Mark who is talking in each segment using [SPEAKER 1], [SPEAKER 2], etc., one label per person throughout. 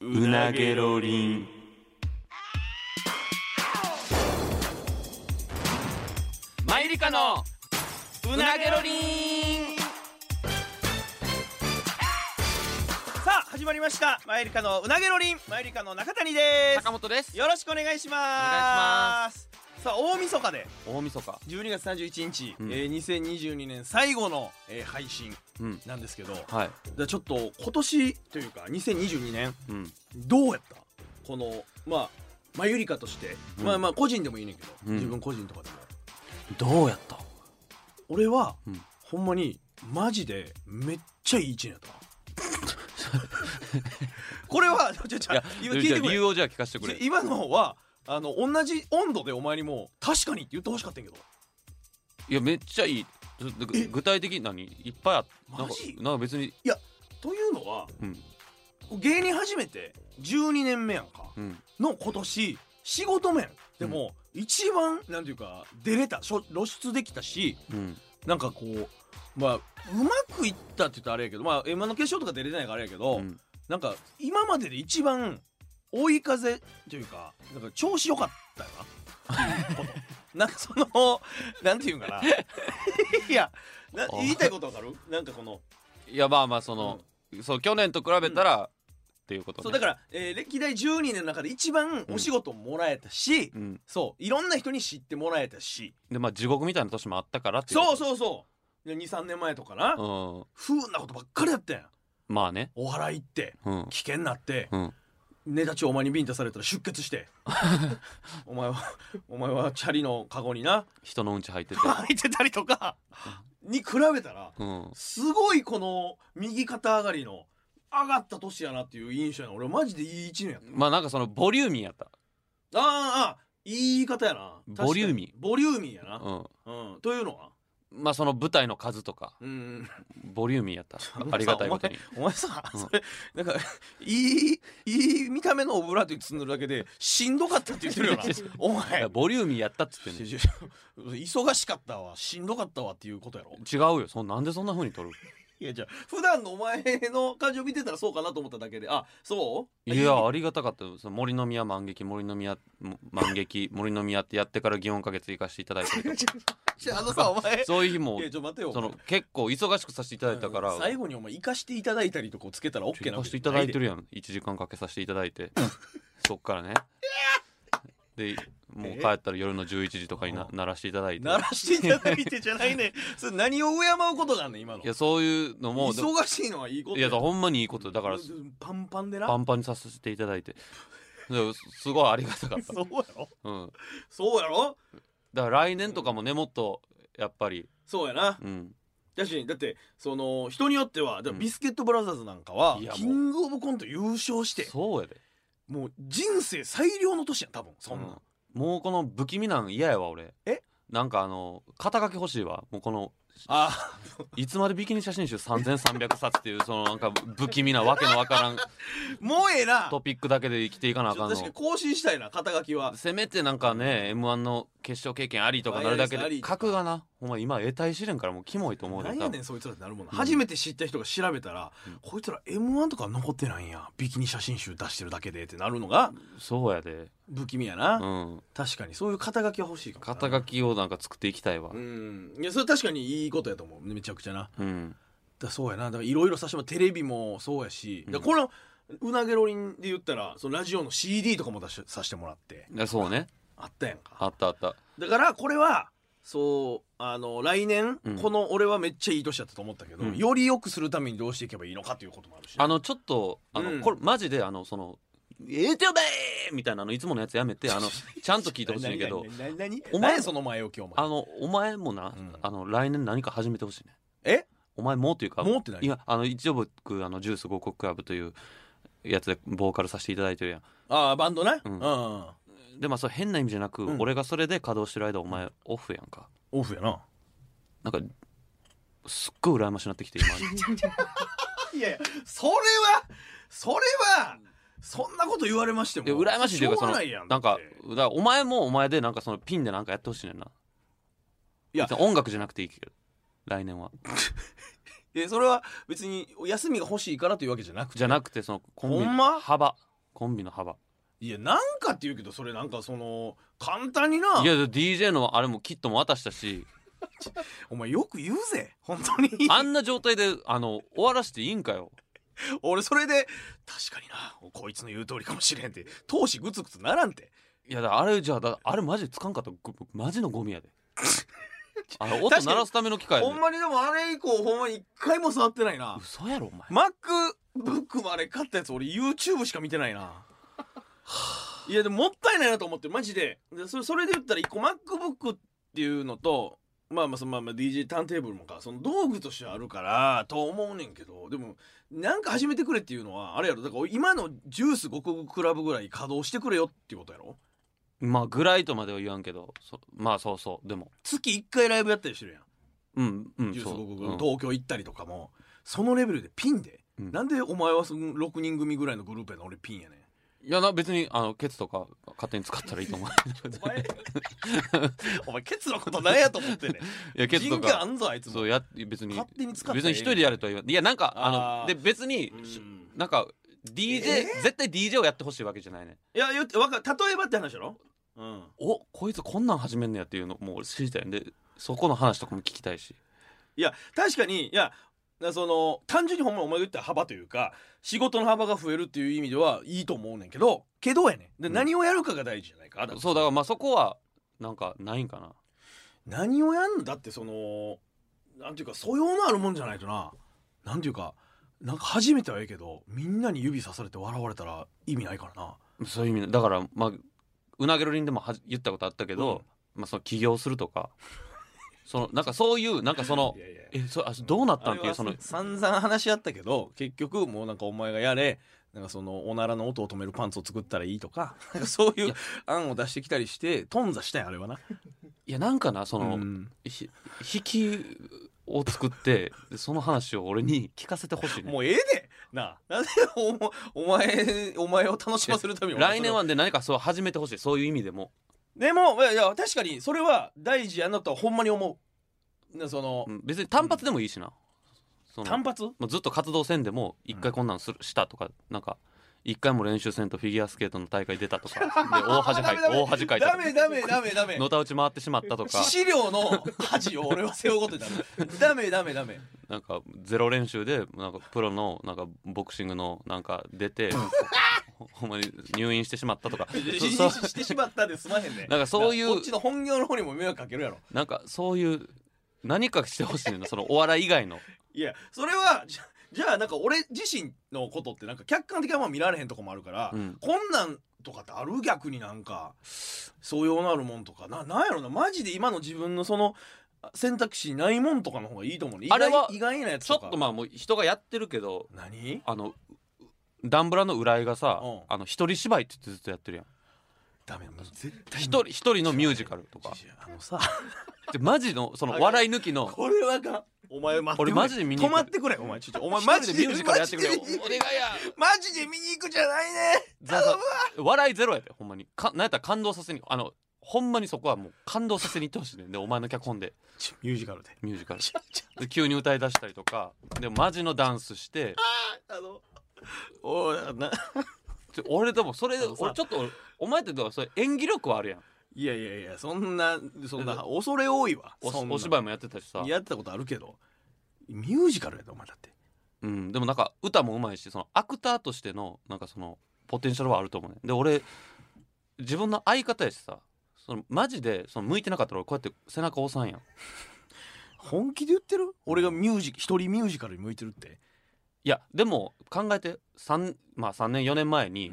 [SPEAKER 1] うなげろりんマユリカのうなげろりん
[SPEAKER 2] さあ始まりましたマユリカのうなげろりんマユリカの中谷で
[SPEAKER 1] 坂本です
[SPEAKER 2] すよろしくお願いします
[SPEAKER 1] 願いしま
[SPEAKER 2] さあ大晦日で
[SPEAKER 1] 大晦日
[SPEAKER 2] 12月31日、
[SPEAKER 1] うん
[SPEAKER 2] えー2022年最後の、えー配信
[SPEAKER 1] うん
[SPEAKER 2] なんですけど、
[SPEAKER 1] はい
[SPEAKER 2] だちょっと今年というか2022年
[SPEAKER 1] うん
[SPEAKER 2] どうやったこのまあマユリカとして、
[SPEAKER 1] うん
[SPEAKER 2] まあまあ個人でもいいねんけど、
[SPEAKER 1] うん
[SPEAKER 2] 自分個人とかでも
[SPEAKER 1] どうやった
[SPEAKER 2] 俺は、
[SPEAKER 1] うん
[SPEAKER 2] ほんまにマジでめっちゃいい一年やったわ これはちょちょ
[SPEAKER 1] いや
[SPEAKER 2] 今聞いてく
[SPEAKER 1] 理
[SPEAKER 2] れ
[SPEAKER 1] 由をじゃあ聞かせてくれ
[SPEAKER 2] 今のはあの同じ温度でお前にも確かにって言ってほしかったんやけど
[SPEAKER 1] いやめっちゃいいちょっとぐ具体的に何いっぱいあったなん
[SPEAKER 2] マ
[SPEAKER 1] か
[SPEAKER 2] ジ
[SPEAKER 1] なんか別に
[SPEAKER 2] というのは
[SPEAKER 1] うん
[SPEAKER 2] 芸人始めて12年目やんか
[SPEAKER 1] うん
[SPEAKER 2] の今年仕事面でも一番なんていうか出れたしょ露出できたし
[SPEAKER 1] うん
[SPEAKER 2] なんかこうまあうまくいったって言ったらあれやけどまあ M−1 の決勝とか出れてないからあれやけど、
[SPEAKER 1] うん
[SPEAKER 2] なんか今までで一番追い風というかなんか調子良かったよな。 っていうことなんかそのなんていうんかな いやな言いたいことわかるなんかこの
[SPEAKER 1] いやまあまあそのそう去年と比べたらっていうことね
[SPEAKER 2] そうだから、えー歴代12年の中で一番お仕事もらえたし、
[SPEAKER 1] うん
[SPEAKER 2] そういろんな人に知ってもらえたし
[SPEAKER 1] でまあ地獄みたいな年もあったからってい
[SPEAKER 2] そう
[SPEAKER 1] う
[SPEAKER 2] そうそう23年前とかな、
[SPEAKER 1] そ
[SPEAKER 2] 不運なことばっかりやったやん
[SPEAKER 1] うんまあね
[SPEAKER 2] お祓い行って
[SPEAKER 1] うん
[SPEAKER 2] 危険になって
[SPEAKER 1] うん
[SPEAKER 2] 根立ちお前にビンタされたら出血して お前はお前はチャリのカゴにな
[SPEAKER 1] 人のうん ち入ってて
[SPEAKER 2] 入ってたりとかに比べたら
[SPEAKER 1] うん
[SPEAKER 2] すごいこの右肩上がりの上がった年やなっていう印象やな俺マジでいい一年やった
[SPEAKER 1] まあなんかそのボリューミーやった
[SPEAKER 2] あーあーいい言い方やな確かに
[SPEAKER 1] ボリューミ
[SPEAKER 2] ボリューミーやな
[SPEAKER 1] う、ん
[SPEAKER 2] うんというのは
[SPEAKER 1] まあその舞台の数とか
[SPEAKER 2] うん
[SPEAKER 1] ボリューミー やった ありがたいことに
[SPEAKER 2] お前さ、
[SPEAKER 1] うん
[SPEAKER 2] それなんかいいいい見た目のオブラートに包んでるだけでしんどかったって言ってる よなお
[SPEAKER 1] いや
[SPEAKER 2] 前
[SPEAKER 1] ボリューミーやったっつってん ねん違
[SPEAKER 2] ちょちょ忙しかったわしんどかったわっていうことやろ
[SPEAKER 1] うよそんなんでそんな風に撮る
[SPEAKER 2] いやじゃあ普段のお前の感情見てたらそうかなと思っただけであそう
[SPEAKER 1] いやありがたかったよその森の宮万劇森の宮も万劇森の宮ってやってから祇園か月行かせていただいたり とか
[SPEAKER 2] じゃああのさお前
[SPEAKER 1] そういう 日も
[SPEAKER 2] いやちょ待てよ
[SPEAKER 1] その結構忙しくさせていただいたから
[SPEAKER 2] 最後にお前生かしていただいたりとかをつけたら OK なわ
[SPEAKER 1] 行か
[SPEAKER 2] け
[SPEAKER 1] せていただいてるやん1時間かけさせていただいて そっからねでもう帰ったら夜の11時とかにな
[SPEAKER 2] うん
[SPEAKER 1] 鳴らしていただいて
[SPEAKER 2] 鳴らしていただいてじゃないねそれ何を敬うことがあんねん今の
[SPEAKER 1] いやそういうのもでも
[SPEAKER 2] 忙しいのはいいこと
[SPEAKER 1] いやだからほんまにいいことだから
[SPEAKER 2] パンパンでな
[SPEAKER 1] パンパンにさせていただいてですごいありがたかっ
[SPEAKER 2] そうやろ
[SPEAKER 1] た、うん、
[SPEAKER 2] そうやろ
[SPEAKER 1] だから来年とかもねもっとやっぱり、
[SPEAKER 2] そうやな
[SPEAKER 1] うん、
[SPEAKER 2] 確かにだってその人によってはだからビスケットブラザーズなんかはい
[SPEAKER 1] やもう
[SPEAKER 2] キングオブコント優勝して
[SPEAKER 1] そうやで
[SPEAKER 2] もう人生最良の年やん多分そんなん
[SPEAKER 1] うもうこの不気味なん嫌やわ俺
[SPEAKER 2] え
[SPEAKER 1] なんかあの肩書き欲しいわもうこの
[SPEAKER 2] あ
[SPEAKER 1] いつまでビキニ写真集3300冊っていうそのなんか不気味なわけのわからん
[SPEAKER 2] もうええな
[SPEAKER 1] トピックだけで生きていかなあ
[SPEAKER 2] ちょ
[SPEAKER 1] かん
[SPEAKER 2] 確かに
[SPEAKER 1] の
[SPEAKER 2] 更新したいな肩書きは
[SPEAKER 1] せめてなんかね m 1の決勝経験ありとかなるだけ
[SPEAKER 2] あり
[SPEAKER 1] で
[SPEAKER 2] です
[SPEAKER 1] 格がなほんま今得体試練からもうキモいと思う
[SPEAKER 2] 何
[SPEAKER 1] 多
[SPEAKER 2] やね
[SPEAKER 1] 分
[SPEAKER 2] んそいつらってなるもんな、
[SPEAKER 1] うん
[SPEAKER 2] 初めて知った人が調べたら、
[SPEAKER 1] うん
[SPEAKER 2] こいつら m 1とか残ってないんやビキニ写真集出してるだけでってなるのが
[SPEAKER 1] そうやで
[SPEAKER 2] 不気味やな、
[SPEAKER 1] うん
[SPEAKER 2] 確かにそういう肩書きは欲しいかもな
[SPEAKER 1] 肩書きをなんか作っていきたいわ
[SPEAKER 2] うんいやそれ確かにいいことやと思うめちゃくちゃな
[SPEAKER 1] うん
[SPEAKER 2] だそうやなだからいろいろさしてもテレビもそうやし、
[SPEAKER 1] うん
[SPEAKER 2] だからこのうなげろりんで言ったらそのラジオの CD とかも出しさせてもらって
[SPEAKER 1] いやそうね
[SPEAKER 2] あったやんか
[SPEAKER 1] あったあった
[SPEAKER 2] だからこれはそうあの来年、
[SPEAKER 1] うん
[SPEAKER 2] この俺はめっちゃいい年だったと思ったけど、
[SPEAKER 1] うん
[SPEAKER 2] より良くするためにどうしていけばいいのかということもあるし
[SPEAKER 1] あのちょっとあの、
[SPEAKER 2] うん
[SPEAKER 1] これマジであのその「ええてよべー!」みたいなのいつものやつやめ てあのちゃんと聞いてほしいねんだけど
[SPEAKER 2] 何何何何
[SPEAKER 1] お前
[SPEAKER 2] 何その前置きお前
[SPEAKER 1] あのお前もな、
[SPEAKER 2] うん
[SPEAKER 1] あの来年何か始めてほしいね
[SPEAKER 2] え
[SPEAKER 1] お前もというか
[SPEAKER 2] もうって何
[SPEAKER 1] いやあの一応僕あのジュース合国クラブというやつでボーカルさせていただいてるや
[SPEAKER 2] ああバンドね、う
[SPEAKER 1] うんん
[SPEAKER 2] うん、
[SPEAKER 1] んでまあそれ変な意味じゃなく、
[SPEAKER 2] うん
[SPEAKER 1] 俺がそれで稼働してる間お前オフやんか
[SPEAKER 2] オフやな
[SPEAKER 1] なんかすっごい羨ましくなってきて今
[SPEAKER 2] いやいやそれはそれはそんなこと言われましても
[SPEAKER 1] いや羨ましいっていうかそ
[SPEAKER 2] ょう
[SPEAKER 1] の
[SPEAKER 2] が
[SPEAKER 1] ない
[SPEAKER 2] やん
[SPEAKER 1] んか
[SPEAKER 2] だって
[SPEAKER 1] だからお前もお前でなんかそのピンでなんかやってほしいねんない
[SPEAKER 2] や
[SPEAKER 1] 別に音楽じゃなくていいけど来年は
[SPEAKER 2] えそれは別に休みが欲しいからというわけじゃなくて
[SPEAKER 1] じゃなくてそのコンビ
[SPEAKER 2] ほ
[SPEAKER 1] の
[SPEAKER 2] んま
[SPEAKER 1] 幅コンビの幅
[SPEAKER 2] いやなんかって言うけどそれなんかその簡単にない
[SPEAKER 1] や DJ のあれもキットも渡したし
[SPEAKER 2] お前よく言うぜ本当に
[SPEAKER 1] あんな状態であの終わらしていいんかよ
[SPEAKER 2] 俺それで確かになこいつの言う通りかもしれんって闘志グツグツならんて
[SPEAKER 1] いやだからあれじゃあだあれマジでつかんかったらごマジのゴ ミやであれ音鳴らすための機械や
[SPEAKER 2] ほ
[SPEAKER 1] で
[SPEAKER 2] んまにでもあれ以降ほんまに一回も触ってないな
[SPEAKER 1] 嘘やろお前
[SPEAKER 2] マックブックもあれ買ったやつ俺 YouTube しか見てないな。 いやでももったいないなと思ってマジででそれそれで言ったら一個 MacBook っていうのとまあまあそのまあまあ DJ ターンテーブルもかその道具としてあるからと思うねんけどでもなんか始めてくれっていうのはあれやろだから今のジュース極クラブぐらい稼働してくれよっていうことやろ
[SPEAKER 1] まあぐらいとまでは言わんけどそまあそうそうでも
[SPEAKER 2] 月1回ライブやったりしてるやん
[SPEAKER 1] うんうん
[SPEAKER 2] ジュース
[SPEAKER 1] そう、
[SPEAKER 2] 極
[SPEAKER 1] う
[SPEAKER 2] ク
[SPEAKER 1] ん
[SPEAKER 2] 東京行ったりとかもそのレベルでピンで、
[SPEAKER 1] うん
[SPEAKER 2] なんでお前はその6人組ぐらいのグループやの俺ピンやねん
[SPEAKER 1] いやな別にあのケツとか勝手に使ったらい いと思う
[SPEAKER 2] お 前お前ケツのことなんやと思ってんね
[SPEAKER 1] いやケツ
[SPEAKER 2] 人
[SPEAKER 1] と
[SPEAKER 2] 間あ
[SPEAKER 1] か
[SPEAKER 2] んぞあいつも
[SPEAKER 1] そうや別に
[SPEAKER 2] 勝手に使ったらええ
[SPEAKER 1] 別に一人でやるとは言わんいやなんか
[SPEAKER 2] あ
[SPEAKER 1] あ
[SPEAKER 2] ー
[SPEAKER 1] ので別に
[SPEAKER 2] うん
[SPEAKER 1] なんか DJ、絶対 DJ をやってほしいわけじゃないね
[SPEAKER 2] いや言ってわか例えばって話だろうん
[SPEAKER 1] おこいつこんなん始めんのやっていうのもう俺知りたいんでそこの話とかも聞きたいし
[SPEAKER 2] いや確かにいやなその単純にほんまにお前が言った幅というか仕事の幅が増えるっていう意味ではいいと思うねんけどけどやねんで、
[SPEAKER 1] うん
[SPEAKER 2] 何をやるかが大事じゃないか
[SPEAKER 1] そうだから
[SPEAKER 2] ら
[SPEAKER 1] まあそこはなんかないんかな
[SPEAKER 2] 何をやんのだってそのなんていうか素養のあるもんじゃないとななんていうかなんか初めてはええけどみんなに指さされて笑われたら意味ないからな
[SPEAKER 1] そういう意味でだからまあうなげろりんでもはじ言ったことあったけど、まあその起業するとかそのなんかそういうなんかその
[SPEAKER 2] いやいや
[SPEAKER 1] えそあどうなったんっていうその
[SPEAKER 2] あれは散々話し合ったけど結局もうなんかお前がやれなんかそのおならの音を止めるパンツを作ったらいいと かなんかそうい
[SPEAKER 1] いうや
[SPEAKER 2] 案を出してきたりして頓挫したんやあれはな、
[SPEAKER 1] いやなんかなその、
[SPEAKER 2] うん
[SPEAKER 1] ひ引きを作ってでその話を俺に聞かせてほしい、ね、
[SPEAKER 2] もうええでなあなんでおお前お前を楽しませるために
[SPEAKER 1] 来年
[SPEAKER 2] は
[SPEAKER 1] はで何かそう始めてほしいそういう意味でも、
[SPEAKER 2] でもいやいや確かにそれは大事やなとはほんまに思うなその
[SPEAKER 1] うん別に単発でもいいしな、その
[SPEAKER 2] 単発
[SPEAKER 1] まあ、ずっと活動せんでも一回こんなんする、したとかなんか一回も練習せんとフィギュアスケートの大会出たとかで大恥かい
[SPEAKER 2] ダメダメ
[SPEAKER 1] 大恥かいた
[SPEAKER 2] ダ
[SPEAKER 1] とか
[SPEAKER 2] メダメダメダメ
[SPEAKER 1] のたうち回ってしまった とか
[SPEAKER 2] 致死量の恥を俺は背負うことになるダメダメダメ
[SPEAKER 1] なんかゼロ練習でなんかプロのなんかボクシングのなんか出てほ ほんまに入院してしまっ たとか
[SPEAKER 2] し
[SPEAKER 1] そ
[SPEAKER 2] ししてしまったですまへんね
[SPEAKER 1] なんかそういう
[SPEAKER 2] こっちの本業の方にも迷惑かけるやろ
[SPEAKER 1] なんかそういう何かしてほしいのそのお笑い以外の
[SPEAKER 2] いやそれはじゃじゃあなんか俺自身のことってなんか客観的には見られへんとこもあるから、
[SPEAKER 1] うん
[SPEAKER 2] こんなんとかってある逆になんか素養のあるもんとかななんやろなマジで今の自分のそのあ選択肢ないもんとかの方がいいと思うね意
[SPEAKER 1] あ
[SPEAKER 2] 外
[SPEAKER 1] れは
[SPEAKER 2] 意外なやつ
[SPEAKER 1] ちょ
[SPEAKER 2] と
[SPEAKER 1] っ
[SPEAKER 2] か
[SPEAKER 1] とまあもう人がやってるけど
[SPEAKER 2] 何
[SPEAKER 1] あのダンブラの浦井がさ、
[SPEAKER 2] うん
[SPEAKER 1] あの一人芝居って言ってずっとやってるやん
[SPEAKER 2] ダメもう絶対
[SPEAKER 1] 一人一人のミュージカルとか
[SPEAKER 2] いやあのさ
[SPEAKER 1] でマジのその笑い抜きの
[SPEAKER 2] これはあかんお前待ってくれ
[SPEAKER 1] 俺マジで見に行
[SPEAKER 2] 止
[SPEAKER 1] く
[SPEAKER 2] まってくれお前ちょっとお
[SPEAKER 1] お
[SPEAKER 2] 前マジで
[SPEAKER 1] ミュージカルやってくれよ
[SPEAKER 2] マジで
[SPEAKER 1] お願いや
[SPEAKER 2] マジで見に行くじゃないね
[SPEAKER 1] ザザ笑いゼロやでほんまにかなんやったら感動させにあのほんまにそこはもう感動させに行ってほしいねんでお前の脚本で
[SPEAKER 2] ちょミュージカルで
[SPEAKER 1] ミュージカル
[SPEAKER 2] ちょちょ
[SPEAKER 1] で急に歌い出したりとかでマジのダンスして
[SPEAKER 2] あのおいな
[SPEAKER 1] ちょ俺でもそれ
[SPEAKER 2] あのさ
[SPEAKER 1] 俺ちょっとお前ってどうそれ演技力はあるやん
[SPEAKER 2] いやいやいやそんなそん
[SPEAKER 1] え
[SPEAKER 2] な恐れ多いわ
[SPEAKER 1] お
[SPEAKER 2] そんな
[SPEAKER 1] お芝居もやってたしさ
[SPEAKER 2] やってたことあるけどミュージカルやでお前だって
[SPEAKER 1] うん、でもなんか歌もうまいしそのアクターとしてのなんかそのポテンシャルはあると思うねで俺自分の相方やしさそのマジでその向いてなかったら俺こうやって背中押さんやん
[SPEAKER 2] 本気で言ってる俺がミュージ一人ミュージカルに向いてるって、
[SPEAKER 1] いやでも考えて 3,、まあ、3年4年前に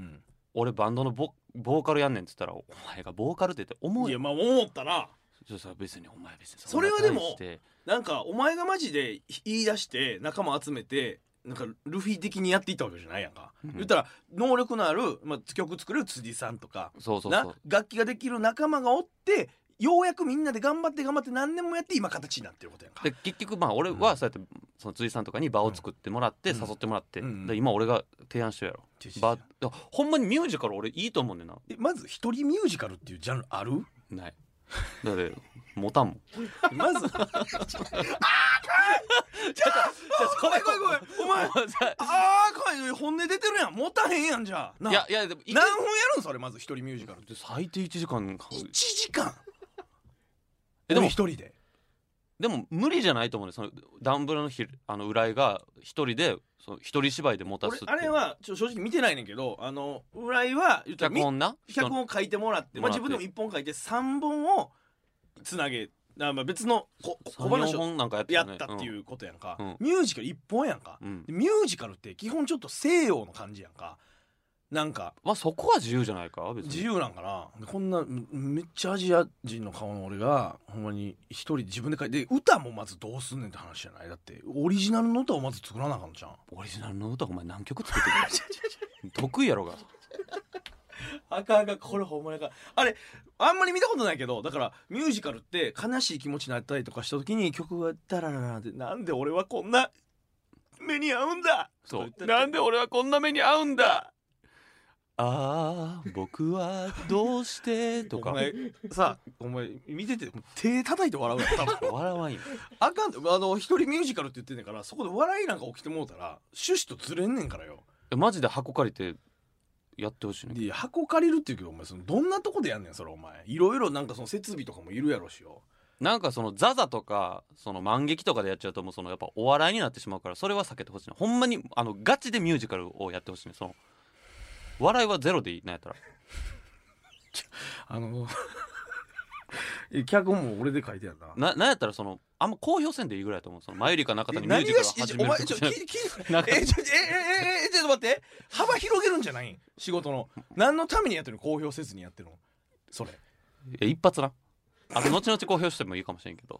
[SPEAKER 1] 俺バンドのボボーカルやんねんっつったらお前がボーカルって言って思う
[SPEAKER 2] いや
[SPEAKER 1] よ
[SPEAKER 2] まあ思ったな
[SPEAKER 1] そしたら別にお前別に
[SPEAKER 2] それはでも
[SPEAKER 1] そんな大して
[SPEAKER 2] なんかお前がマジで言い出して仲間集めてなんかルフィ的にやっていったわけじゃないやんか、
[SPEAKER 1] うん
[SPEAKER 2] 言ったら能力のある、まあ、曲作れる辻さんとか
[SPEAKER 1] そうそうそう
[SPEAKER 2] な楽器ができる仲間がおってようやくみんなで頑張って頑張って何年もやって今形になってることやんか
[SPEAKER 1] で結局まあ俺はそうやってその辻さんとかに場を作ってもらって
[SPEAKER 2] うん
[SPEAKER 1] 誘ってもらって、
[SPEAKER 2] うん
[SPEAKER 1] で今俺が提案してるやろ、
[SPEAKER 2] ちょちょちょ
[SPEAKER 1] バーほんまにミュージカル俺いいと思うねんな
[SPEAKER 2] えまず一人ミュージカルっていうジャンルあ る
[SPEAKER 1] ないだって 持たんもん
[SPEAKER 2] まずあごめんごめんごめんお前ああかん本音出てるやん持たへんやんじゃあない
[SPEAKER 1] やいやでもいく
[SPEAKER 2] 何分やるんそれまず一人ミュージカルって
[SPEAKER 1] 最低1時間か
[SPEAKER 2] 1時間
[SPEAKER 1] えで
[SPEAKER 2] 俺
[SPEAKER 1] も
[SPEAKER 2] 一人で
[SPEAKER 1] でも無理じゃないと思うねそのダンブラのひあの浦井が一人でその一人芝居で持たす
[SPEAKER 2] 俺
[SPEAKER 1] って
[SPEAKER 2] あれはちょ正直見てないねんけどあの浦井は言ったら
[SPEAKER 1] 脚
[SPEAKER 2] み
[SPEAKER 1] 本な
[SPEAKER 2] 脚本を書いてもらって、まあ、
[SPEAKER 1] もらって
[SPEAKER 2] 自分でも1本書いて3本をつなげあまあ別のこ小
[SPEAKER 1] 3-4
[SPEAKER 2] 話を
[SPEAKER 1] 本なんかやって
[SPEAKER 2] や
[SPEAKER 1] たね、
[SPEAKER 2] ったっていううことやんか、
[SPEAKER 1] うん
[SPEAKER 2] ミュージカル1本やんか、
[SPEAKER 1] うんうん
[SPEAKER 2] でミュージカルって基本ちょっと西洋の感じやんかなんか
[SPEAKER 1] まあそこは自由じゃないか別に
[SPEAKER 2] 自由なんかなでこんなめめっちゃアジア人の顔の俺がほんまに一人で自分で書いてで歌もまずどうすんねんって話じゃないだってオリジナルの歌をまず作らなあかんじゃん
[SPEAKER 1] オリジナルの歌お前何曲作ってる得意やろが
[SPEAKER 2] あかんあかんこれほんまにあかんあれあんまり見たことないけどだからミュージカルって悲しい気持ちになったりとかした時に曲がダラララでなんで俺はこんな目に合うんだ
[SPEAKER 1] そ
[SPEAKER 2] と
[SPEAKER 1] う
[SPEAKER 2] か言ったり
[SPEAKER 1] で俺はこんな目に遭うんだああ僕はどうしてとか
[SPEAKER 2] お
[SPEAKER 1] 笑
[SPEAKER 2] 前さお前見てて手叩いて笑うや ん多分
[SPEAKER 1] わんよ
[SPEAKER 2] あかんあの一人ミュージカルって言ってんねんからそこで笑いなんか起きてもうたら趣旨とずれんねんからよ
[SPEAKER 1] えマジで箱借りてやってほしいね
[SPEAKER 2] で箱借りるって言うけどお前そのどんなとこでやんねんそれお前いろいろなんかその設備とかもいるやろしよ
[SPEAKER 1] なんかそのザザとかその万劇とかでやっちゃうともうそのやっぱお笑いになってしまうからそれは避けてほしいなほんまにあのガチでミュージカルをやってほしいねその笑いはゼロでいいなんやったら
[SPEAKER 2] あの え脚本も俺で書いてやんな
[SPEAKER 1] ななんやったらそのあんま公表せんでいいぐらいだと思うその前よりか中田に
[SPEAKER 2] え
[SPEAKER 1] ミュー
[SPEAKER 2] 何
[SPEAKER 1] ジカ
[SPEAKER 2] が
[SPEAKER 1] ルを
[SPEAKER 2] し
[SPEAKER 1] 始
[SPEAKER 2] お
[SPEAKER 1] める
[SPEAKER 2] 前
[SPEAKER 1] と
[SPEAKER 2] ち
[SPEAKER 1] か
[SPEAKER 2] ょ
[SPEAKER 1] じゃな
[SPEAKER 2] 聞いて 聞い
[SPEAKER 1] なんか
[SPEAKER 2] てえちょえええええちょっと待って幅広げるんじゃないん仕事の何のためにやってるの公表せずにやってるのそれ
[SPEAKER 1] いいや一発なあの後々公表してもいいかもしれんけど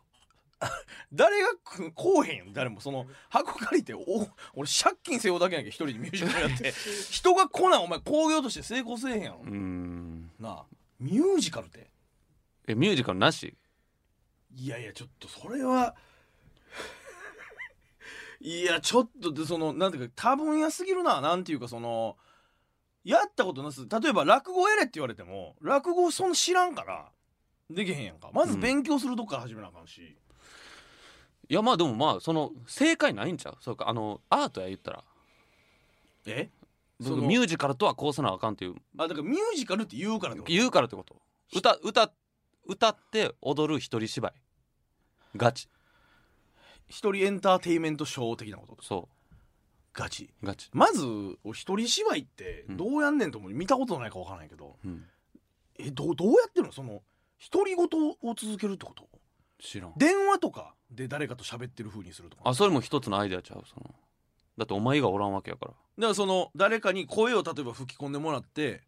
[SPEAKER 2] 誰がくこうへんよ誰もその箱借りてお俺借金背負うだけやんけ一人でミュージカルやって 人が来ないお前興行として成功せえへんやろ
[SPEAKER 1] うーん
[SPEAKER 2] なあミュージカルって
[SPEAKER 1] えミュージカルなし
[SPEAKER 2] いやいやちょっとそれはいやちょっとでそのなんていうか多分やすぎるななんていうかそのやったことなす例えば落語やれって言われても落語そんな知らんからできへんやんかまず
[SPEAKER 1] うん
[SPEAKER 2] 勉強するとこから始めなあかんし、
[SPEAKER 1] いやまあでもまあその正解ないんちゃうそうかあのアートや言ったら
[SPEAKER 2] えその
[SPEAKER 1] ミュージカルとはこうせなあかんっていう
[SPEAKER 2] あだからミュージカルって言うからってこと
[SPEAKER 1] 言うからってこと歌歌歌って踊る一人芝居ガチ
[SPEAKER 2] 一人エンターテインメントショー的なこと
[SPEAKER 1] そ
[SPEAKER 2] ガチ
[SPEAKER 1] うガチ、
[SPEAKER 2] まず俺一人芝居って
[SPEAKER 1] うん
[SPEAKER 2] どうやんねんと思う見たことないかわからないけど
[SPEAKER 1] うん、
[SPEAKER 2] えどうどうやってるのその独り言を続けるってこと
[SPEAKER 1] 知らん
[SPEAKER 2] 電話とかで誰かと喋ってる風にするとか
[SPEAKER 1] あそれも一つのアイデアちゃうそのだってお前がおらんわけやから
[SPEAKER 2] だからその誰かに声を例えば吹き込んでもらって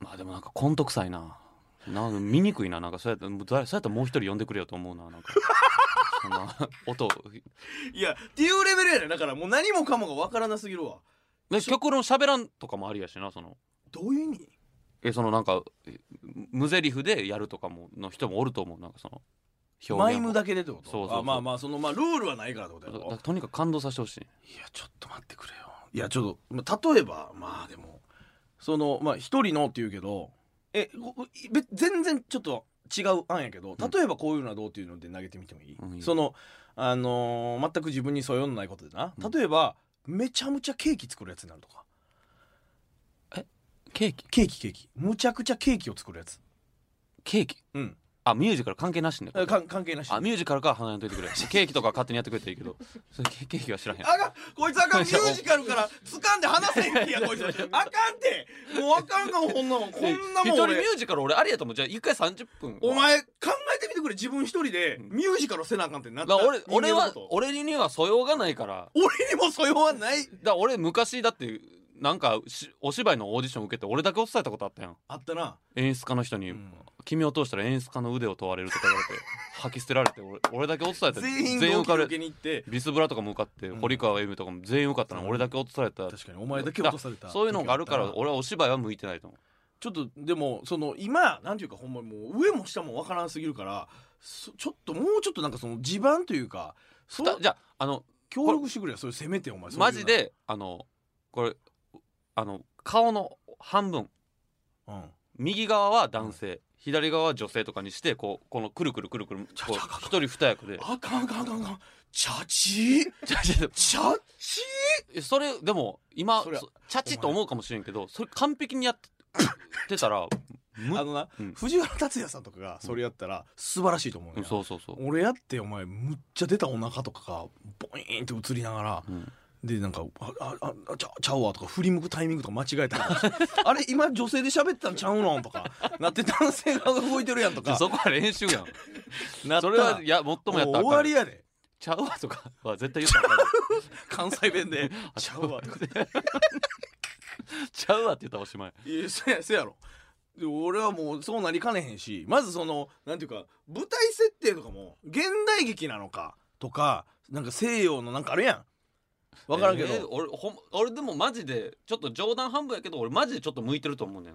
[SPEAKER 1] まあでもなんかコント臭いななんか見にくいななんかそうやったもうだそうやったらもう一人呼んでくれよと思うななんかそんな音
[SPEAKER 2] いやっていうレベルやねだからもう何もかもがわからなすぎるわ
[SPEAKER 1] で曲の喋らんとかもありやしなその
[SPEAKER 2] どういう意味
[SPEAKER 1] えそのなんかえ無ゼリフでやるとかもの人もおると思うなんかその表現
[SPEAKER 2] マイム
[SPEAKER 1] だ
[SPEAKER 2] だけでってこと
[SPEAKER 1] そうそうそう
[SPEAKER 2] あまあまあそのまあルールはないからってことや
[SPEAKER 1] だ
[SPEAKER 2] ろ
[SPEAKER 1] からとにかく感動させてほしい
[SPEAKER 2] いやちょっと待ってくれよいやちょっと、まあ、例えばまあでもそのまあ一人のって言うけどえここいべ全然ちょっと違う案やけど
[SPEAKER 1] うん
[SPEAKER 2] 例えばこういうのはどうっていうので投げてみてもいい、
[SPEAKER 1] うんいいよ
[SPEAKER 2] そのあのー全く自分に素養のないことでな
[SPEAKER 1] うん
[SPEAKER 2] 例えば、めちゃむちゃケーキ作るやつになるとか
[SPEAKER 1] ケーキ
[SPEAKER 2] ケーキケーキむちゃくちゃケーキを作るやつ
[SPEAKER 1] ケーキ
[SPEAKER 2] うん
[SPEAKER 1] あミュージカル関係なしね
[SPEAKER 2] かん関係なし
[SPEAKER 1] あミュージカルから離れといてくれケーキとか勝手にやってくれていいけどそれケケーキは知らへん
[SPEAKER 2] あかんこいつあかん
[SPEAKER 1] ごめん
[SPEAKER 2] ミ
[SPEAKER 1] なさい
[SPEAKER 2] ュージカルから掴んで話せんやこいつあかんてもうあかんかもこんなもんこんなもん
[SPEAKER 1] 一人ミ
[SPEAKER 2] 俺
[SPEAKER 1] ュージカル俺ありやと思うじゃあ一回30分
[SPEAKER 2] お前考えてみてくれ自分一人で
[SPEAKER 1] うん
[SPEAKER 2] ミュージカルをせなあかんって なっ
[SPEAKER 1] だ
[SPEAKER 2] た
[SPEAKER 1] から俺俺は
[SPEAKER 2] 人間のこと
[SPEAKER 1] 俺には素養がないから
[SPEAKER 2] 俺にも素養はない
[SPEAKER 1] だから俺昔だってなんかしお芝居のオーディション受けて俺だけ落とされたことあったやん
[SPEAKER 2] あったな、
[SPEAKER 1] 演出家の人
[SPEAKER 2] う
[SPEAKER 1] に
[SPEAKER 2] ん
[SPEAKER 1] 「君を通したら演出家の腕を問われる」とか言われて吐き捨てられて俺俺だけ落とされた
[SPEAKER 2] 全員
[SPEAKER 1] 全員
[SPEAKER 2] 合
[SPEAKER 1] 受か
[SPEAKER 2] 格
[SPEAKER 1] る
[SPEAKER 2] 受けに行って
[SPEAKER 1] ビスブラとかも受かって、
[SPEAKER 2] うん
[SPEAKER 1] 堀川恵美とかも全員受かったのに俺だけ落とされた
[SPEAKER 2] 確かにお前だけ落とされた
[SPEAKER 1] そういうのがあるから
[SPEAKER 2] 時
[SPEAKER 1] 俺はお芝居は向いてないと思
[SPEAKER 2] ちょっとでもその今なんていうかほんまにもう上も下もわからんすぎるからそちょっともうちょっとなんかその地盤というかそう
[SPEAKER 1] だじゃああの
[SPEAKER 2] 協力してくれよそれせめてお前
[SPEAKER 1] マジ、であのこれあの顔の半分
[SPEAKER 2] そういうのうん、
[SPEAKER 1] 右側は男性、左側は女性とかにしてこうこのくるくるくるくる
[SPEAKER 2] ちょ
[SPEAKER 1] こう
[SPEAKER 2] ちょちょ
[SPEAKER 1] 一人二役で
[SPEAKER 2] あかんあかんあかんあかんチャチ ー
[SPEAKER 1] ちょちょ
[SPEAKER 2] チャチ
[SPEAKER 1] えそれでも今
[SPEAKER 2] そりゃ
[SPEAKER 1] そチャチと思うかもしれんけどそれ完璧にやってたら
[SPEAKER 2] ー
[SPEAKER 1] む
[SPEAKER 2] あのな、
[SPEAKER 1] うん
[SPEAKER 2] 藤原竜也さんとかがそれやったら素晴らしいと思う
[SPEAKER 1] うんん
[SPEAKER 2] や、
[SPEAKER 1] そうそうそう、
[SPEAKER 2] 俺やってお前むっちゃ出たお腹とかがボイーンって映りながら
[SPEAKER 1] うん
[SPEAKER 2] でなんか「ああああちゃちゃうわ」とか振り向くタイミングとか間違えたりとかして あれ今女性で喋ったんちゃうの?」とかなって男性側が動いてるやんと
[SPEAKER 1] じゃ
[SPEAKER 2] か
[SPEAKER 1] あそこは練習やん
[SPEAKER 2] なった
[SPEAKER 1] そ
[SPEAKER 2] ら
[SPEAKER 1] れはいやもっともやった
[SPEAKER 2] も
[SPEAKER 1] ら
[SPEAKER 2] う終わりやで
[SPEAKER 1] ちゃうわとかは絶対言ったらあか
[SPEAKER 2] 関
[SPEAKER 1] ん
[SPEAKER 2] 西弁で「 ちゃうわ」とか
[SPEAKER 1] ちゃうわって言ったらおしまい
[SPEAKER 2] いやせやせやろで俺はもうそうなりかねへんしまずそのなんていうか舞台設定とかも現代劇なのかとかなんか西洋のなんかあるやん分からんけど、
[SPEAKER 1] えー俺ほん俺でもマジでちょっと冗談半分やけど俺マジでちょっと向いてると思うねん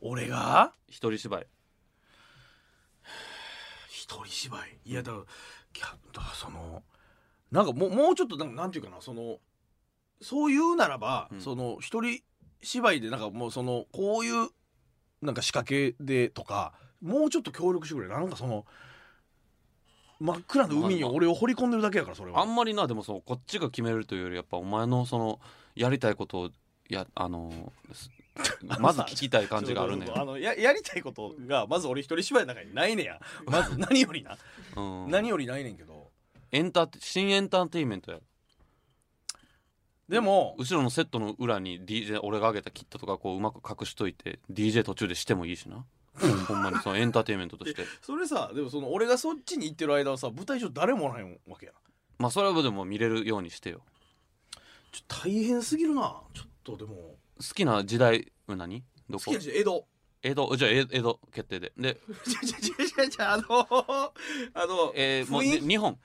[SPEAKER 2] 俺が
[SPEAKER 1] 一人芝居
[SPEAKER 2] 一人芝居いやだからキャだからそのなんかもうもうちょっとなんなんていうかなそのそういうならば、
[SPEAKER 1] うん
[SPEAKER 2] その一人芝居でなんかもうそのこういうなんか仕掛けでとかもうちょっと協力してくれなんかその真っ暗の海に俺を掘り込んでるだけやからそれは
[SPEAKER 1] あんまりなでもそうこっちが決めるというよりやっぱお前のそのやりたいことをやあの すまず聞きたい感じがあるね
[SPEAKER 2] そうそうそうあのややりたいことがまず俺一人芝居の中にないねやまず何よりな、
[SPEAKER 1] うん
[SPEAKER 2] 何よりないねんけど
[SPEAKER 1] エンターテ新エンターテインメントや
[SPEAKER 2] でも
[SPEAKER 1] 後ろのセットの裏に DJ 俺が上げたキットとかこううまく隠しといて DJ 途中でしてもいいしなほんまにそのエンターテインメントと して
[SPEAKER 2] それさでもその俺がそっちに行ってる間はさ舞台上誰もおらへんわけや
[SPEAKER 1] まあそれはでも見れるようにしてよ
[SPEAKER 2] ちょ大変すぎるなちょっとでも
[SPEAKER 1] 好きな時代うん何ど
[SPEAKER 2] 好
[SPEAKER 1] こ
[SPEAKER 2] きな人江戸
[SPEAKER 1] 江戸じゃあ江江戸決定でで、
[SPEAKER 2] ちゃちゃちゃちゃちゃあのあの
[SPEAKER 1] えーもう
[SPEAKER 2] 雰囲気
[SPEAKER 1] に日本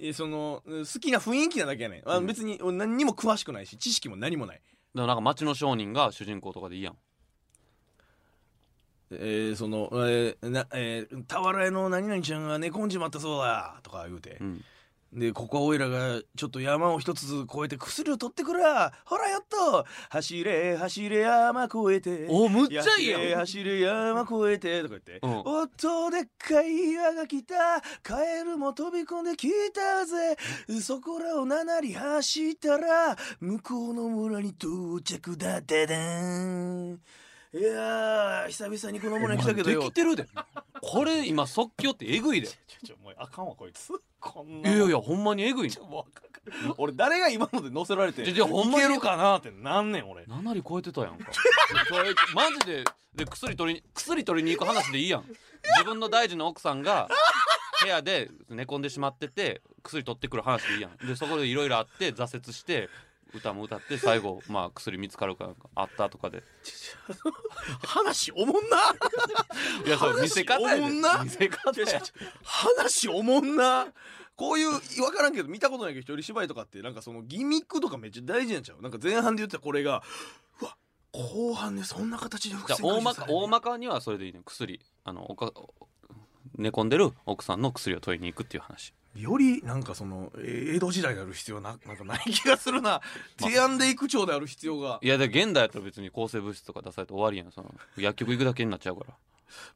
[SPEAKER 2] えそのうん好きな雰囲気なだけやねんあ
[SPEAKER 1] うん
[SPEAKER 2] 別に俺何にも詳しくないし知識も何もない
[SPEAKER 1] でもなんか町の商人が主人公とかでいいやん
[SPEAKER 2] えー、その、えー、な、えー、俵屋の何々ちゃんが寝込んじまったそうだとか言うて
[SPEAKER 1] う、ん
[SPEAKER 2] で、ここはおいらがちょっと山を一つ越えて薬を取ってくらほらやっと走れ走れ山越えて
[SPEAKER 1] おむっちゃい
[SPEAKER 2] 走
[SPEAKER 1] い
[SPEAKER 2] れ
[SPEAKER 1] やん
[SPEAKER 2] 走れ山越えてとか言って、
[SPEAKER 1] うん
[SPEAKER 2] おっとでっかい岩が来たカエルも飛び込んできたぜそこらをななり走ったら向こうの村に到着だででんいやー久々にこの村に来たけど
[SPEAKER 1] お前で
[SPEAKER 2] よ
[SPEAKER 1] きてるでこれ今即興ってえぐいで
[SPEAKER 2] ちょちょもうあかんわこいつこん
[SPEAKER 1] いやいやほんまにえぐいね
[SPEAKER 2] ちょもうあかん俺誰が今ので乗せられて
[SPEAKER 1] ちょちょほんまに
[SPEAKER 2] いけるかなってなんねん俺
[SPEAKER 1] 7割超えてたやんかそれマジでで薬取りに薬取りに行く話でいいやん自分の大事な奥さんが部屋で寝込んでしまってて薬取ってくる話でいいやんでそこでいろいろあって挫折して歌も歌って最後まあ薬見つかるかあったとかで
[SPEAKER 2] 話おもんない
[SPEAKER 1] やそう見せ方やで
[SPEAKER 2] おもんな
[SPEAKER 1] 見せ方や
[SPEAKER 2] 話おもんなこういう分からんけど見たことないけど一人芝居とかってなんかそのギミックとかめっちゃ大事なんちゃうなんか前半で言ってたこれがうわ後半でそんな形で
[SPEAKER 1] じ
[SPEAKER 2] 伏
[SPEAKER 1] ゃあ
[SPEAKER 2] 線
[SPEAKER 1] 大
[SPEAKER 2] 回
[SPEAKER 1] ま
[SPEAKER 2] 収
[SPEAKER 1] か
[SPEAKER 2] される
[SPEAKER 1] 大まかにはそれでいいね薬あのおか寝込んでる奥さんの薬を取りに行くっていう話
[SPEAKER 2] よりなんかそのえー江戸時代である必要ななんかない気がするな提案でいく長である必要が
[SPEAKER 1] いやで現代やったら別に抗生物質とか出されて終わりやんその薬局行くだけになっちゃう から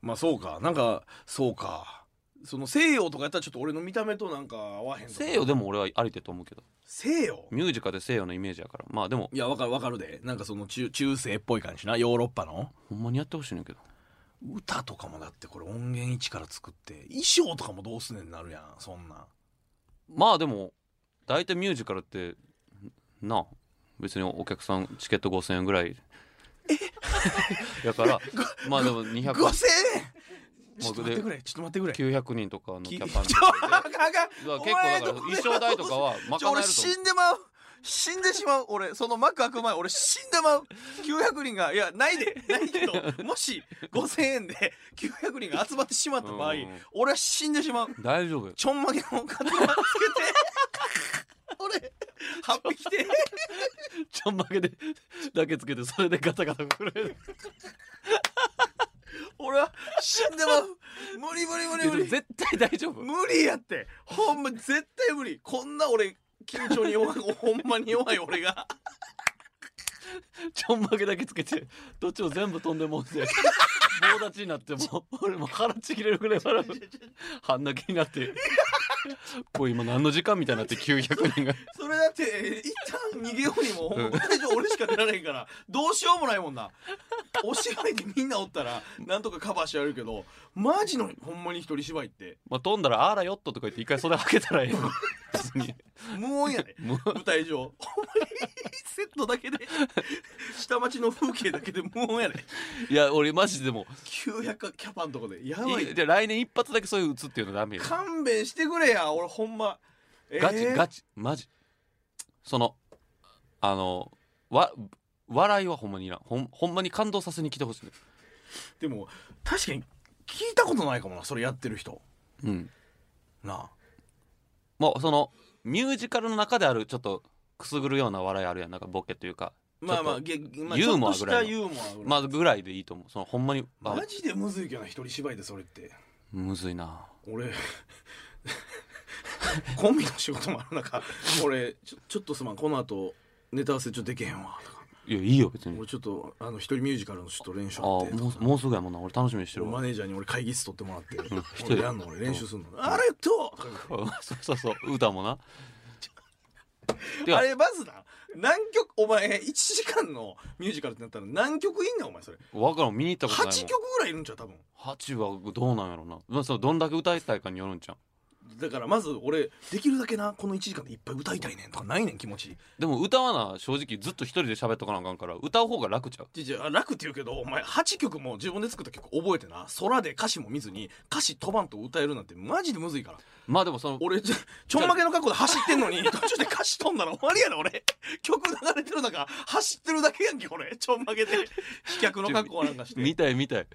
[SPEAKER 2] まあそうかなんかそうかその西洋とかやったらちょっと俺の見た目となんか合わへんとか
[SPEAKER 1] 西洋でも俺はありてと思うけど
[SPEAKER 2] 西洋
[SPEAKER 1] ミュージカルで西洋のイメージやからまあでも
[SPEAKER 2] いやわかるわかるでなんかその中中世っぽい感じなヨーロッパの
[SPEAKER 1] ほんまにやってほしいねんけど
[SPEAKER 2] 歌とかもだってこれ音源一から作って衣装とかもどうすんねんなるやんそんなん
[SPEAKER 1] まあでも大体ミュージカルってなあ別にお客さんチケット5000円ぐらいえ やからまあでも200
[SPEAKER 2] 5000円ちょ
[SPEAKER 1] もう
[SPEAKER 2] っと待ってくれちょっと待ってくれ
[SPEAKER 1] 900人とかのキ
[SPEAKER 2] き
[SPEAKER 1] ャ
[SPEAKER 2] ちょ
[SPEAKER 1] パンで
[SPEAKER 2] あかんあかん
[SPEAKER 1] だから結構
[SPEAKER 2] お前と
[SPEAKER 1] だから
[SPEAKER 2] これ
[SPEAKER 1] 衣装代とかは賄えると
[SPEAKER 2] ちょ
[SPEAKER 1] 思う
[SPEAKER 2] 俺死んでまう死んでしまう俺その幕開く前俺死んでまう900人がいやないでないけ どもし5000円で900人が集まってしまった場合
[SPEAKER 1] うん
[SPEAKER 2] 俺は死んでしまう
[SPEAKER 1] 大丈夫よ
[SPEAKER 2] ちょんまげのカツラつけて 俺ハッピー着て
[SPEAKER 1] ちょんまげで だけつけてそれでガタガタくれる
[SPEAKER 2] 俺は死んでまう無理無理無理無理
[SPEAKER 1] 絶対大丈夫
[SPEAKER 2] 無理やってほんま絶対無理こんな俺緊張に弱いほんまに弱い俺が
[SPEAKER 1] ちょんまげだけつけてどっちも全部飛んでもう て棒立ちになってもう俺もう腹ちぎれるぐらい笑う半泣きになってこう今何の時間みたいになって900人が
[SPEAKER 2] それだって一旦逃げようにもほんま大丈夫俺しか出られへんからどうしようもないもんなお芝居でみんなおったらなんとかカバーしてやるけどマジのほんまに一人芝居って
[SPEAKER 1] まあ飛んだら「あらよっと」とか言って一回袖はけたらええよ別に
[SPEAKER 2] 無音やで
[SPEAKER 1] もう
[SPEAKER 2] 舞台上ほんまにセットだけで下町の風景だけで無音やで
[SPEAKER 1] いや俺マジでも
[SPEAKER 2] 900キャパのとこでやば
[SPEAKER 1] う
[SPEAKER 2] い
[SPEAKER 1] いじゃあ来年一発だけそういう打つっていうのダメよ
[SPEAKER 2] 勘弁してくれや俺ほんま
[SPEAKER 1] ガチガ
[SPEAKER 2] チ
[SPEAKER 1] チマジそのあのわ笑いはほんまにいらんほんほんまに感動させに来てほしいね
[SPEAKER 2] でも確かに聞いたことないかもなそれやってる人
[SPEAKER 1] うん
[SPEAKER 2] なあ
[SPEAKER 1] もうそのミュージカルの中であるちょっとくすぐるような笑いあるやんなんかボケというか
[SPEAKER 2] まあま
[SPEAKER 1] ちょ
[SPEAKER 2] あ
[SPEAKER 1] っ
[SPEAKER 2] げまあ
[SPEAKER 1] ユーモア
[SPEAKER 2] ちょっと
[SPEAKER 1] ぐ
[SPEAKER 2] し
[SPEAKER 1] ら
[SPEAKER 2] た
[SPEAKER 1] いの
[SPEAKER 2] ユーモアぐらい
[SPEAKER 1] まあぐらいでいいと思うそのほんまにあ
[SPEAKER 2] マジでむずいけどな一人芝居でそれって
[SPEAKER 1] むずいな
[SPEAKER 2] 俺 コンビの仕事もある中俺ちょちょっとすまんこの後ネタ合わせちょっとできへんわとか
[SPEAKER 1] いやいいよ別に
[SPEAKER 2] 俺ちょっとあの一人ミュージカルのちょっと練習
[SPEAKER 1] あ
[SPEAKER 2] あっ
[SPEAKER 1] も
[SPEAKER 2] て
[SPEAKER 1] うもうすぐやもんな俺楽しみにしてる
[SPEAKER 2] マ
[SPEAKER 1] わ
[SPEAKER 2] ネージャーに俺会議室取ってもらって
[SPEAKER 1] ん一人
[SPEAKER 2] 俺やんの俺練習するのあれととか言って
[SPEAKER 1] うん そうそうそう歌もなてか
[SPEAKER 2] あれまずな何曲お前1時間のミュージカルってなったら何曲いんねんお前それ
[SPEAKER 1] わからん見に行ったこと
[SPEAKER 2] 8
[SPEAKER 1] ないもん
[SPEAKER 2] 曲ぐらいいるんちゃう多分
[SPEAKER 1] 八はどうなんやろうな、まあ、そのどんだけ歌いたいかによるんちゃう
[SPEAKER 2] だからまず俺できるだけなこの1時間でいっぱい歌いたいねんとかないねん気持ち
[SPEAKER 1] でも歌わな正直ずっと一人で喋っとかなあかんから歌う方が楽ちゃう
[SPEAKER 2] じじゃあ楽って言うけどお前8曲も自分で作った曲覚えてな空で歌詞も見ずに歌詞飛ばんと歌えるなんてマジでむずいから
[SPEAKER 1] まあでもその
[SPEAKER 2] 俺ちょちょんまげの格好で走ってんの に途中で歌詞飛んだら終わりやろ俺曲流れてる中走ってるだけやんけ俺ちょんまげで飛脚の格好なんかし
[SPEAKER 1] 見
[SPEAKER 2] て
[SPEAKER 1] たい見たい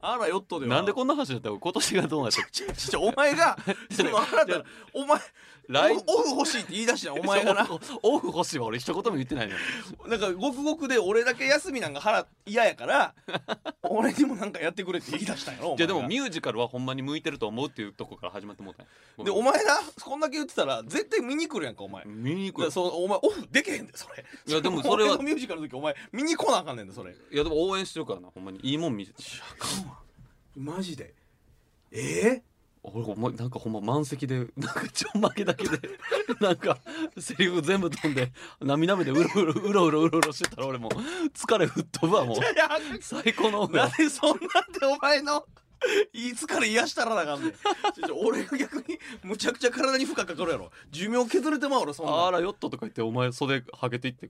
[SPEAKER 2] あらヨットでは
[SPEAKER 1] なんでこんな話になったの今年がどうなった
[SPEAKER 2] ちょ ちょお前がそのあなたお前
[SPEAKER 1] 来
[SPEAKER 2] オフオフ欲しいって言い出した んお前が な
[SPEAKER 1] オフ欲しいは俺一言も言ってないのよ
[SPEAKER 2] なんかごくごくで俺だけ休みなんか腹嫌やから 俺にもなんかやってくれって言い出したんやろお前
[SPEAKER 1] じゃあで
[SPEAKER 2] が
[SPEAKER 1] もミュージカルはほんまに向いてると思うっていうとこから始まってもうたんやご
[SPEAKER 2] で
[SPEAKER 1] めん
[SPEAKER 2] お前なこんだけ言ってたら絶対見に来るやんかお前
[SPEAKER 1] 見
[SPEAKER 2] だ
[SPEAKER 1] に行
[SPEAKER 2] から
[SPEAKER 1] く
[SPEAKER 2] そうお前オフでけへんでそれ
[SPEAKER 1] いやでもそれは
[SPEAKER 2] 俺のミュージカルの時お前見に来なあかんねんでそれ
[SPEAKER 1] いやでも応援してるからなほんまにいいもん見せて
[SPEAKER 2] あかんわマジでえ
[SPEAKER 1] 俺ほんまなんかほんま満席で なんかちょんまげだけで なんかセリフ全部飛んで涙目でうろうろうろうろうろうろしてたら俺もう疲れ吹っ飛ぶわもう
[SPEAKER 2] えいや
[SPEAKER 1] 最高 の
[SPEAKER 2] なんでそんなんでお前のいつから癒したらなあかんねんちょちょ俺が逆にむちゃくちゃ体に負荷かかるやろ寿命削れてまうろそんなん
[SPEAKER 1] あらよっととか言ってお前袖はげていって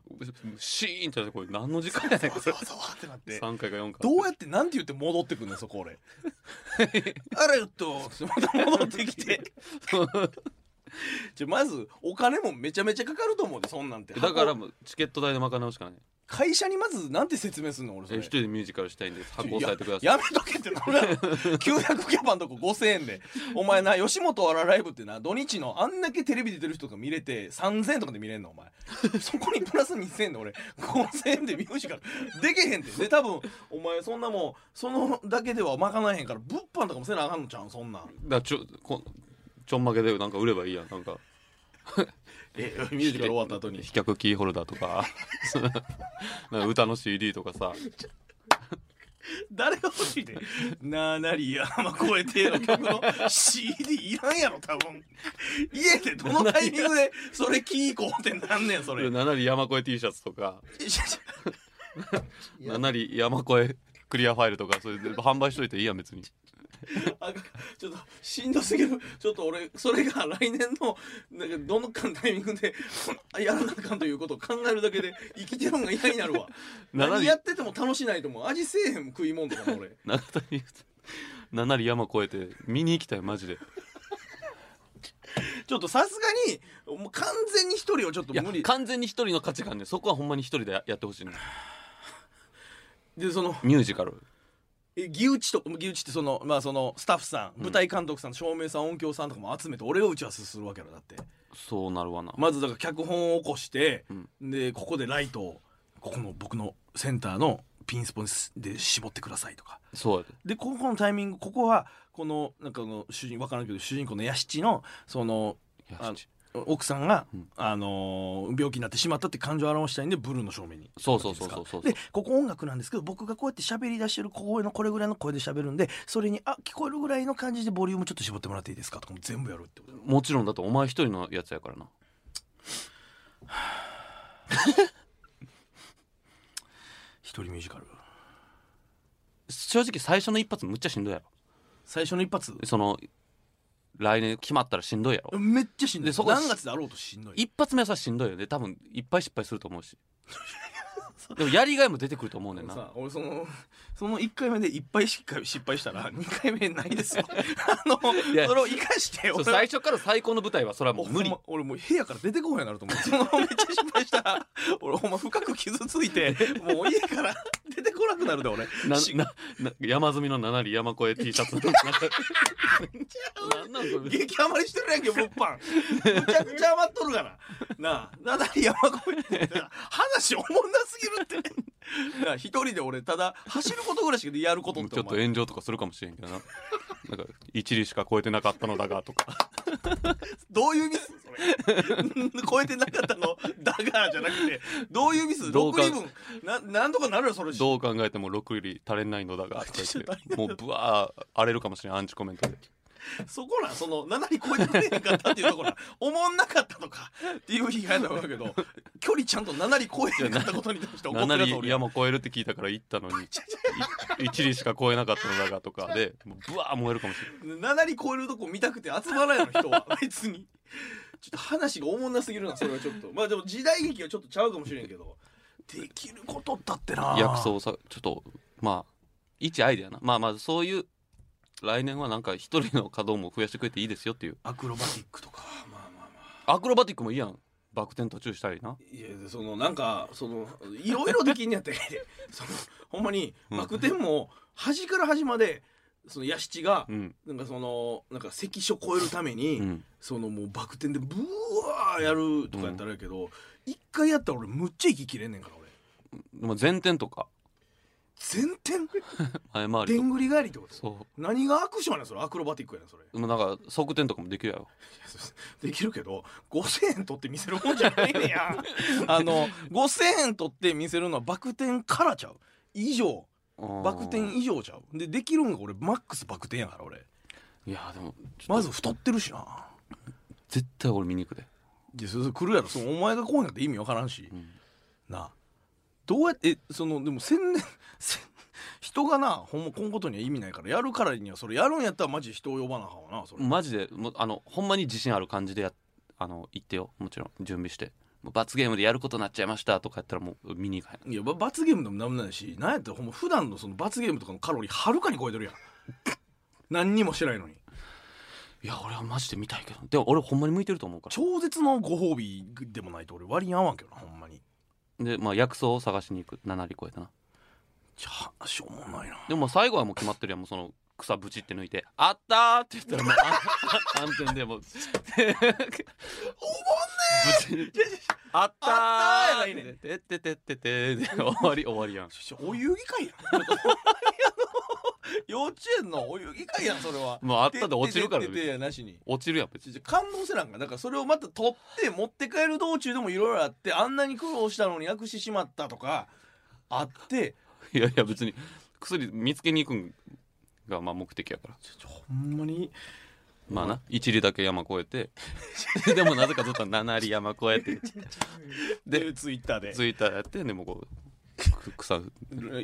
[SPEAKER 1] シーンってなってこれ何の時間やねんこ
[SPEAKER 2] そ
[SPEAKER 1] れ
[SPEAKER 2] わそわってなって
[SPEAKER 1] 3回か4回
[SPEAKER 2] どうやってなんて言って戻ってくんねんそこ 俺あらよっとまた戻ってきてじゃまずお金もめちゃめちゃかかると思うでそんなんて
[SPEAKER 1] だから
[SPEAKER 2] 箱
[SPEAKER 1] もうチケット代で賄うしかない
[SPEAKER 2] 会社にまずなんて説明すんの俺そ
[SPEAKER 1] え
[SPEAKER 2] れ
[SPEAKER 1] 一人でミュージカルしたいんで発行されてください
[SPEAKER 2] ややめとけってな俺ら900キャパのとこ5000円でお前な吉本あらライブってな土日のあんだけテレビ出てる人とか見れて3000円とかで見れんのお前そこにプラス2000円で俺5000円でミュージカルでけへんってで多分お前そんなもんそのだけでは賄えへんから物販とかもせなあかんのちゃうんそんなん
[SPEAKER 1] だからちょこちょんまげでなんか売ればいいやんなんか
[SPEAKER 2] えミュージカル終わった後に
[SPEAKER 1] 飛脚キーホルダーとか そのなんか歌の CD とかさ
[SPEAKER 2] 誰が欲しいでななり山越えての曲の CD いらんやろ多分家でどのタイミングでそれ聞いこうってなんねんそれ
[SPEAKER 1] 七里山越え T シャツとか七里山越えクリアファイルとかそれで販売しといていいやん別に
[SPEAKER 2] あちょっとしんどすぎるちょっと俺それが来年のなんかどのかのタイミングであやらなあかんということを考えるだけで生きてるのが嫌になるわ
[SPEAKER 1] なな
[SPEAKER 2] 何やってても楽しないと思う味せえへんもん食いもんとかも俺
[SPEAKER 1] 長谷七里山越えて見に行きたいマジで
[SPEAKER 2] ちょっとさすがにもう完全に一人をちょっと
[SPEAKER 1] いや
[SPEAKER 2] 無理
[SPEAKER 1] 完全に一人の価値観でそこはほんまに一人でややってほしいの
[SPEAKER 2] でその
[SPEAKER 1] ミュージカル
[SPEAKER 2] えギウチとギウチってそのまあそのスタッフさん
[SPEAKER 1] ん
[SPEAKER 2] 舞台監督さん照明さん音響さんとかも集めて俺が打ち合わせするわけだだって
[SPEAKER 1] そうなるわな、
[SPEAKER 2] まずだから脚本を起こして、
[SPEAKER 1] うん
[SPEAKER 2] でここでライトをここの僕のセンターのピンスポで絞ってくださいとか
[SPEAKER 1] そうやで
[SPEAKER 2] でここのタイミングここはこのなんかあの主人わからんけど主人公のヤシチのその
[SPEAKER 1] いや
[SPEAKER 2] あの
[SPEAKER 1] ち
[SPEAKER 2] 奥さんが、
[SPEAKER 1] うん
[SPEAKER 2] あのー病気になってしまったって感情を表したいんでブルーの正面に
[SPEAKER 1] そうそうそうそうそう
[SPEAKER 2] でここ音楽なんですけど僕がこうやって喋り出してる声のこれぐらいの声で喋るんでそれにあ聞こえるぐらいの感じでボリュームちょっと絞ってもらっていいですかとかも全部やるってこと
[SPEAKER 1] もちろんだとお前一人のやつやからな
[SPEAKER 2] 一人ミュージカル
[SPEAKER 1] 正直最初の一発むっちゃしんどいや
[SPEAKER 2] 最初の一発
[SPEAKER 1] ろその来年決まったらしんどいやろ
[SPEAKER 2] めっちゃしんどい
[SPEAKER 1] でそこ
[SPEAKER 2] 何月であろうとしんどい
[SPEAKER 1] 一発目はさしんどいよね多分いっぱい失敗すると思うしでもやりがいも出てくると思うねんな
[SPEAKER 2] さ俺そのその1回目でいっぱいしっかり失敗したら2回目ないです よあの
[SPEAKER 1] いや
[SPEAKER 2] それを生かして
[SPEAKER 1] そう
[SPEAKER 2] 俺
[SPEAKER 1] 最初から最高の舞台はそれはもう無理
[SPEAKER 2] ほんま俺もう部屋から出てこへんようになると思うその めっちゃ失敗したら俺ほんま深く傷つい てもう家から出てこなくなるで俺
[SPEAKER 1] な
[SPEAKER 2] し
[SPEAKER 1] なな山積みの七里山越え T シャツの中なんなんそれ
[SPEAKER 2] 激余りしてるやんけ物販むちゃくちゃ余っとるからなあなだり山越えて話おもんなすぎる ってなあ一人で俺ただ走ることぐらいしかやることって
[SPEAKER 1] ちょっ
[SPEAKER 2] お
[SPEAKER 1] と
[SPEAKER 2] 前
[SPEAKER 1] 炎上とかするかもしれんけどななんか一里しか超えてなかったのだが とか
[SPEAKER 2] どういうミスそれ 超えてなかったのだがじゃなくてどういうミス
[SPEAKER 1] どう
[SPEAKER 2] 6
[SPEAKER 1] か
[SPEAKER 2] リブンななんとかなるよそれ
[SPEAKER 1] どう考えても6より足りないのだがとか言
[SPEAKER 2] ちょっと足
[SPEAKER 1] ってもうぶわー荒れるかもしれんアンチコメントで
[SPEAKER 2] そこらその7に超えてくれへんかったっていうところおもんなかったとかっていう被害なんだけど距離ちゃんと7に超えてなかったことに対して怒ってる
[SPEAKER 1] 七
[SPEAKER 2] やつお
[SPEAKER 1] 里
[SPEAKER 2] るやん
[SPEAKER 1] 山越えるって聞いたから行ったのにい一里しか超えなかったのだがとかでもうぶわー燃えるかもしれん
[SPEAKER 2] 7に超えるとこ見たくて集まらないの人は別にちょっと話がおもんなすぎるなそれはちょっとまあでも時代劇はちょっとちゃうかもしれんけどできることだってな
[SPEAKER 1] 薬草をさちょっとまあ一アイデアなまあまあそういう来年はなんか一人の稼働も増やしてくれていいですよっていう
[SPEAKER 2] アクロバティックとかまあまあまあ
[SPEAKER 1] アクロバティックもいいやんバク転途中したりない
[SPEAKER 2] やそのなんかそのいろいろできんねやったらええでそのほんまに
[SPEAKER 1] うん
[SPEAKER 2] バク転も端から端までそのヤシチが
[SPEAKER 1] うん、
[SPEAKER 2] なんかそのなんか関所超えるために、
[SPEAKER 1] うん、
[SPEAKER 2] そのもうバク転でブワーやるとかやったらやけど一、回やったら俺むっちゃ息切れんねんから俺
[SPEAKER 1] まあ前転とか
[SPEAKER 2] 全転
[SPEAKER 1] 前回り
[SPEAKER 2] で
[SPEAKER 1] とか
[SPEAKER 2] んぐり返りってこと
[SPEAKER 1] そ
[SPEAKER 2] 何がアクションやねんそれアクロバティックやねんそれいう
[SPEAKER 1] まあなんか側転とかもできるやろ
[SPEAKER 2] やそできるけど5,000円取って見せるもんじゃないねや あの5,000円取って見せるのはバク転からちゃう以上
[SPEAKER 1] うん
[SPEAKER 2] バク転以上ちゃうでできるんが俺マックスバク転やから俺
[SPEAKER 1] いやでもちょっと
[SPEAKER 2] まず太ってるしな
[SPEAKER 1] 絶対俺見に行くで、
[SPEAKER 2] いやそれ来るやろそのお前が来うなんて意味わからんし
[SPEAKER 1] うん
[SPEAKER 2] なあどうやってえそのでも千年 千人がなほんまこんことには意味ないからやるからにはそれやるんやったらマジ人を呼ばなあかんわなそれ、
[SPEAKER 1] マジでもうあのほんまに自信ある感じでやあの行ってよもちろん準備してもう罰ゲームでやることになっちゃいましたとかやったらもう見に行かへん
[SPEAKER 2] いやば罰ゲームでもなんもないしなんやったらほんま普段のその罰ゲームとかのカロリーはるかに超えてるやん 何にもしてないのに
[SPEAKER 1] いや俺はマジで見たいけどでも俺ほんまに向いてると思うか
[SPEAKER 2] 超絶のご褒美でもないと俺割に合わんけどなほんまに
[SPEAKER 1] らでまあ薬草を探しに行く7割超えたな
[SPEAKER 2] ちゃあしょうもないな
[SPEAKER 1] でももう最後はもう決まってるやんもうその草ブチって抜いて「あったー!」って言ったらもうあ 暗転でもうおもんねあったー
[SPEAKER 2] あったーやないねん
[SPEAKER 1] てってってってってで終わり終わりやん
[SPEAKER 2] ちょちょお遊戯会やん ちょっとほんまにあの幼稚園のお遊戯会やんそれは
[SPEAKER 1] もうあったで落ちるから
[SPEAKER 2] ててててやなしに
[SPEAKER 1] 落ちるやん別
[SPEAKER 2] ちょ
[SPEAKER 1] に
[SPEAKER 2] ちょ感動せなんかだからそれをまた取って持って帰る道中でもいろいろあってあんなに苦労したのになくしてしまったとかあって
[SPEAKER 1] いやいや別に薬見つけに行くんがまあ目的やから
[SPEAKER 2] ちょちょほんまに
[SPEAKER 1] まあな一里だけ山越えてでもなぜかずっと七里山越えて
[SPEAKER 2] でツイッターで
[SPEAKER 1] ツイッターやってでもこうく草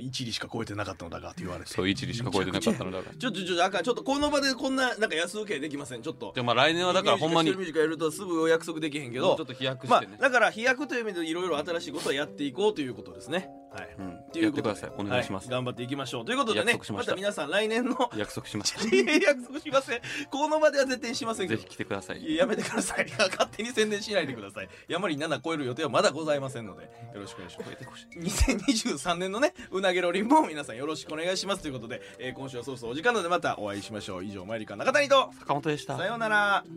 [SPEAKER 2] 一里しか超えてなかったのだがって言われて
[SPEAKER 1] そう一里しか超えてなかったのだから
[SPEAKER 2] ちょちょちょあかんちょっとこの場でこんななんか安請けできませんちょっと
[SPEAKER 1] でまあ来年はだからほんまに
[SPEAKER 2] ミュージカルミュージカルやるとすぐお約束できへんけ
[SPEAKER 1] も
[SPEAKER 2] ど
[SPEAKER 1] うちょっと飛躍し
[SPEAKER 2] まあ
[SPEAKER 1] てね、
[SPEAKER 2] だから飛躍という意味でいろいろ新しいことはやっていこうということですねはい
[SPEAKER 1] うん
[SPEAKER 2] ということで
[SPEAKER 1] やってくださいお願いします
[SPEAKER 2] は頑張っていきましょうということで
[SPEAKER 1] 約
[SPEAKER 2] ね
[SPEAKER 1] 束しま
[SPEAKER 2] ま
[SPEAKER 1] した
[SPEAKER 2] た皆さん来年の
[SPEAKER 1] 約束します
[SPEAKER 2] 約束しませんこの場では絶対にしませんけ
[SPEAKER 1] ぜ
[SPEAKER 2] ど
[SPEAKER 1] ひ来てください
[SPEAKER 2] いややめてください 勝手に宣伝しないでください山に7超える予定はまだございませんのでよろしくお願いします
[SPEAKER 1] 超えてほしい
[SPEAKER 2] 2023年のねうなげロリンも皆さんよろしくお願いしますということで、えー今週はそろそろお時間なのでまたお会いしましょう以上マイリカ中谷と
[SPEAKER 1] 坂本でした
[SPEAKER 2] さようなら
[SPEAKER 3] 「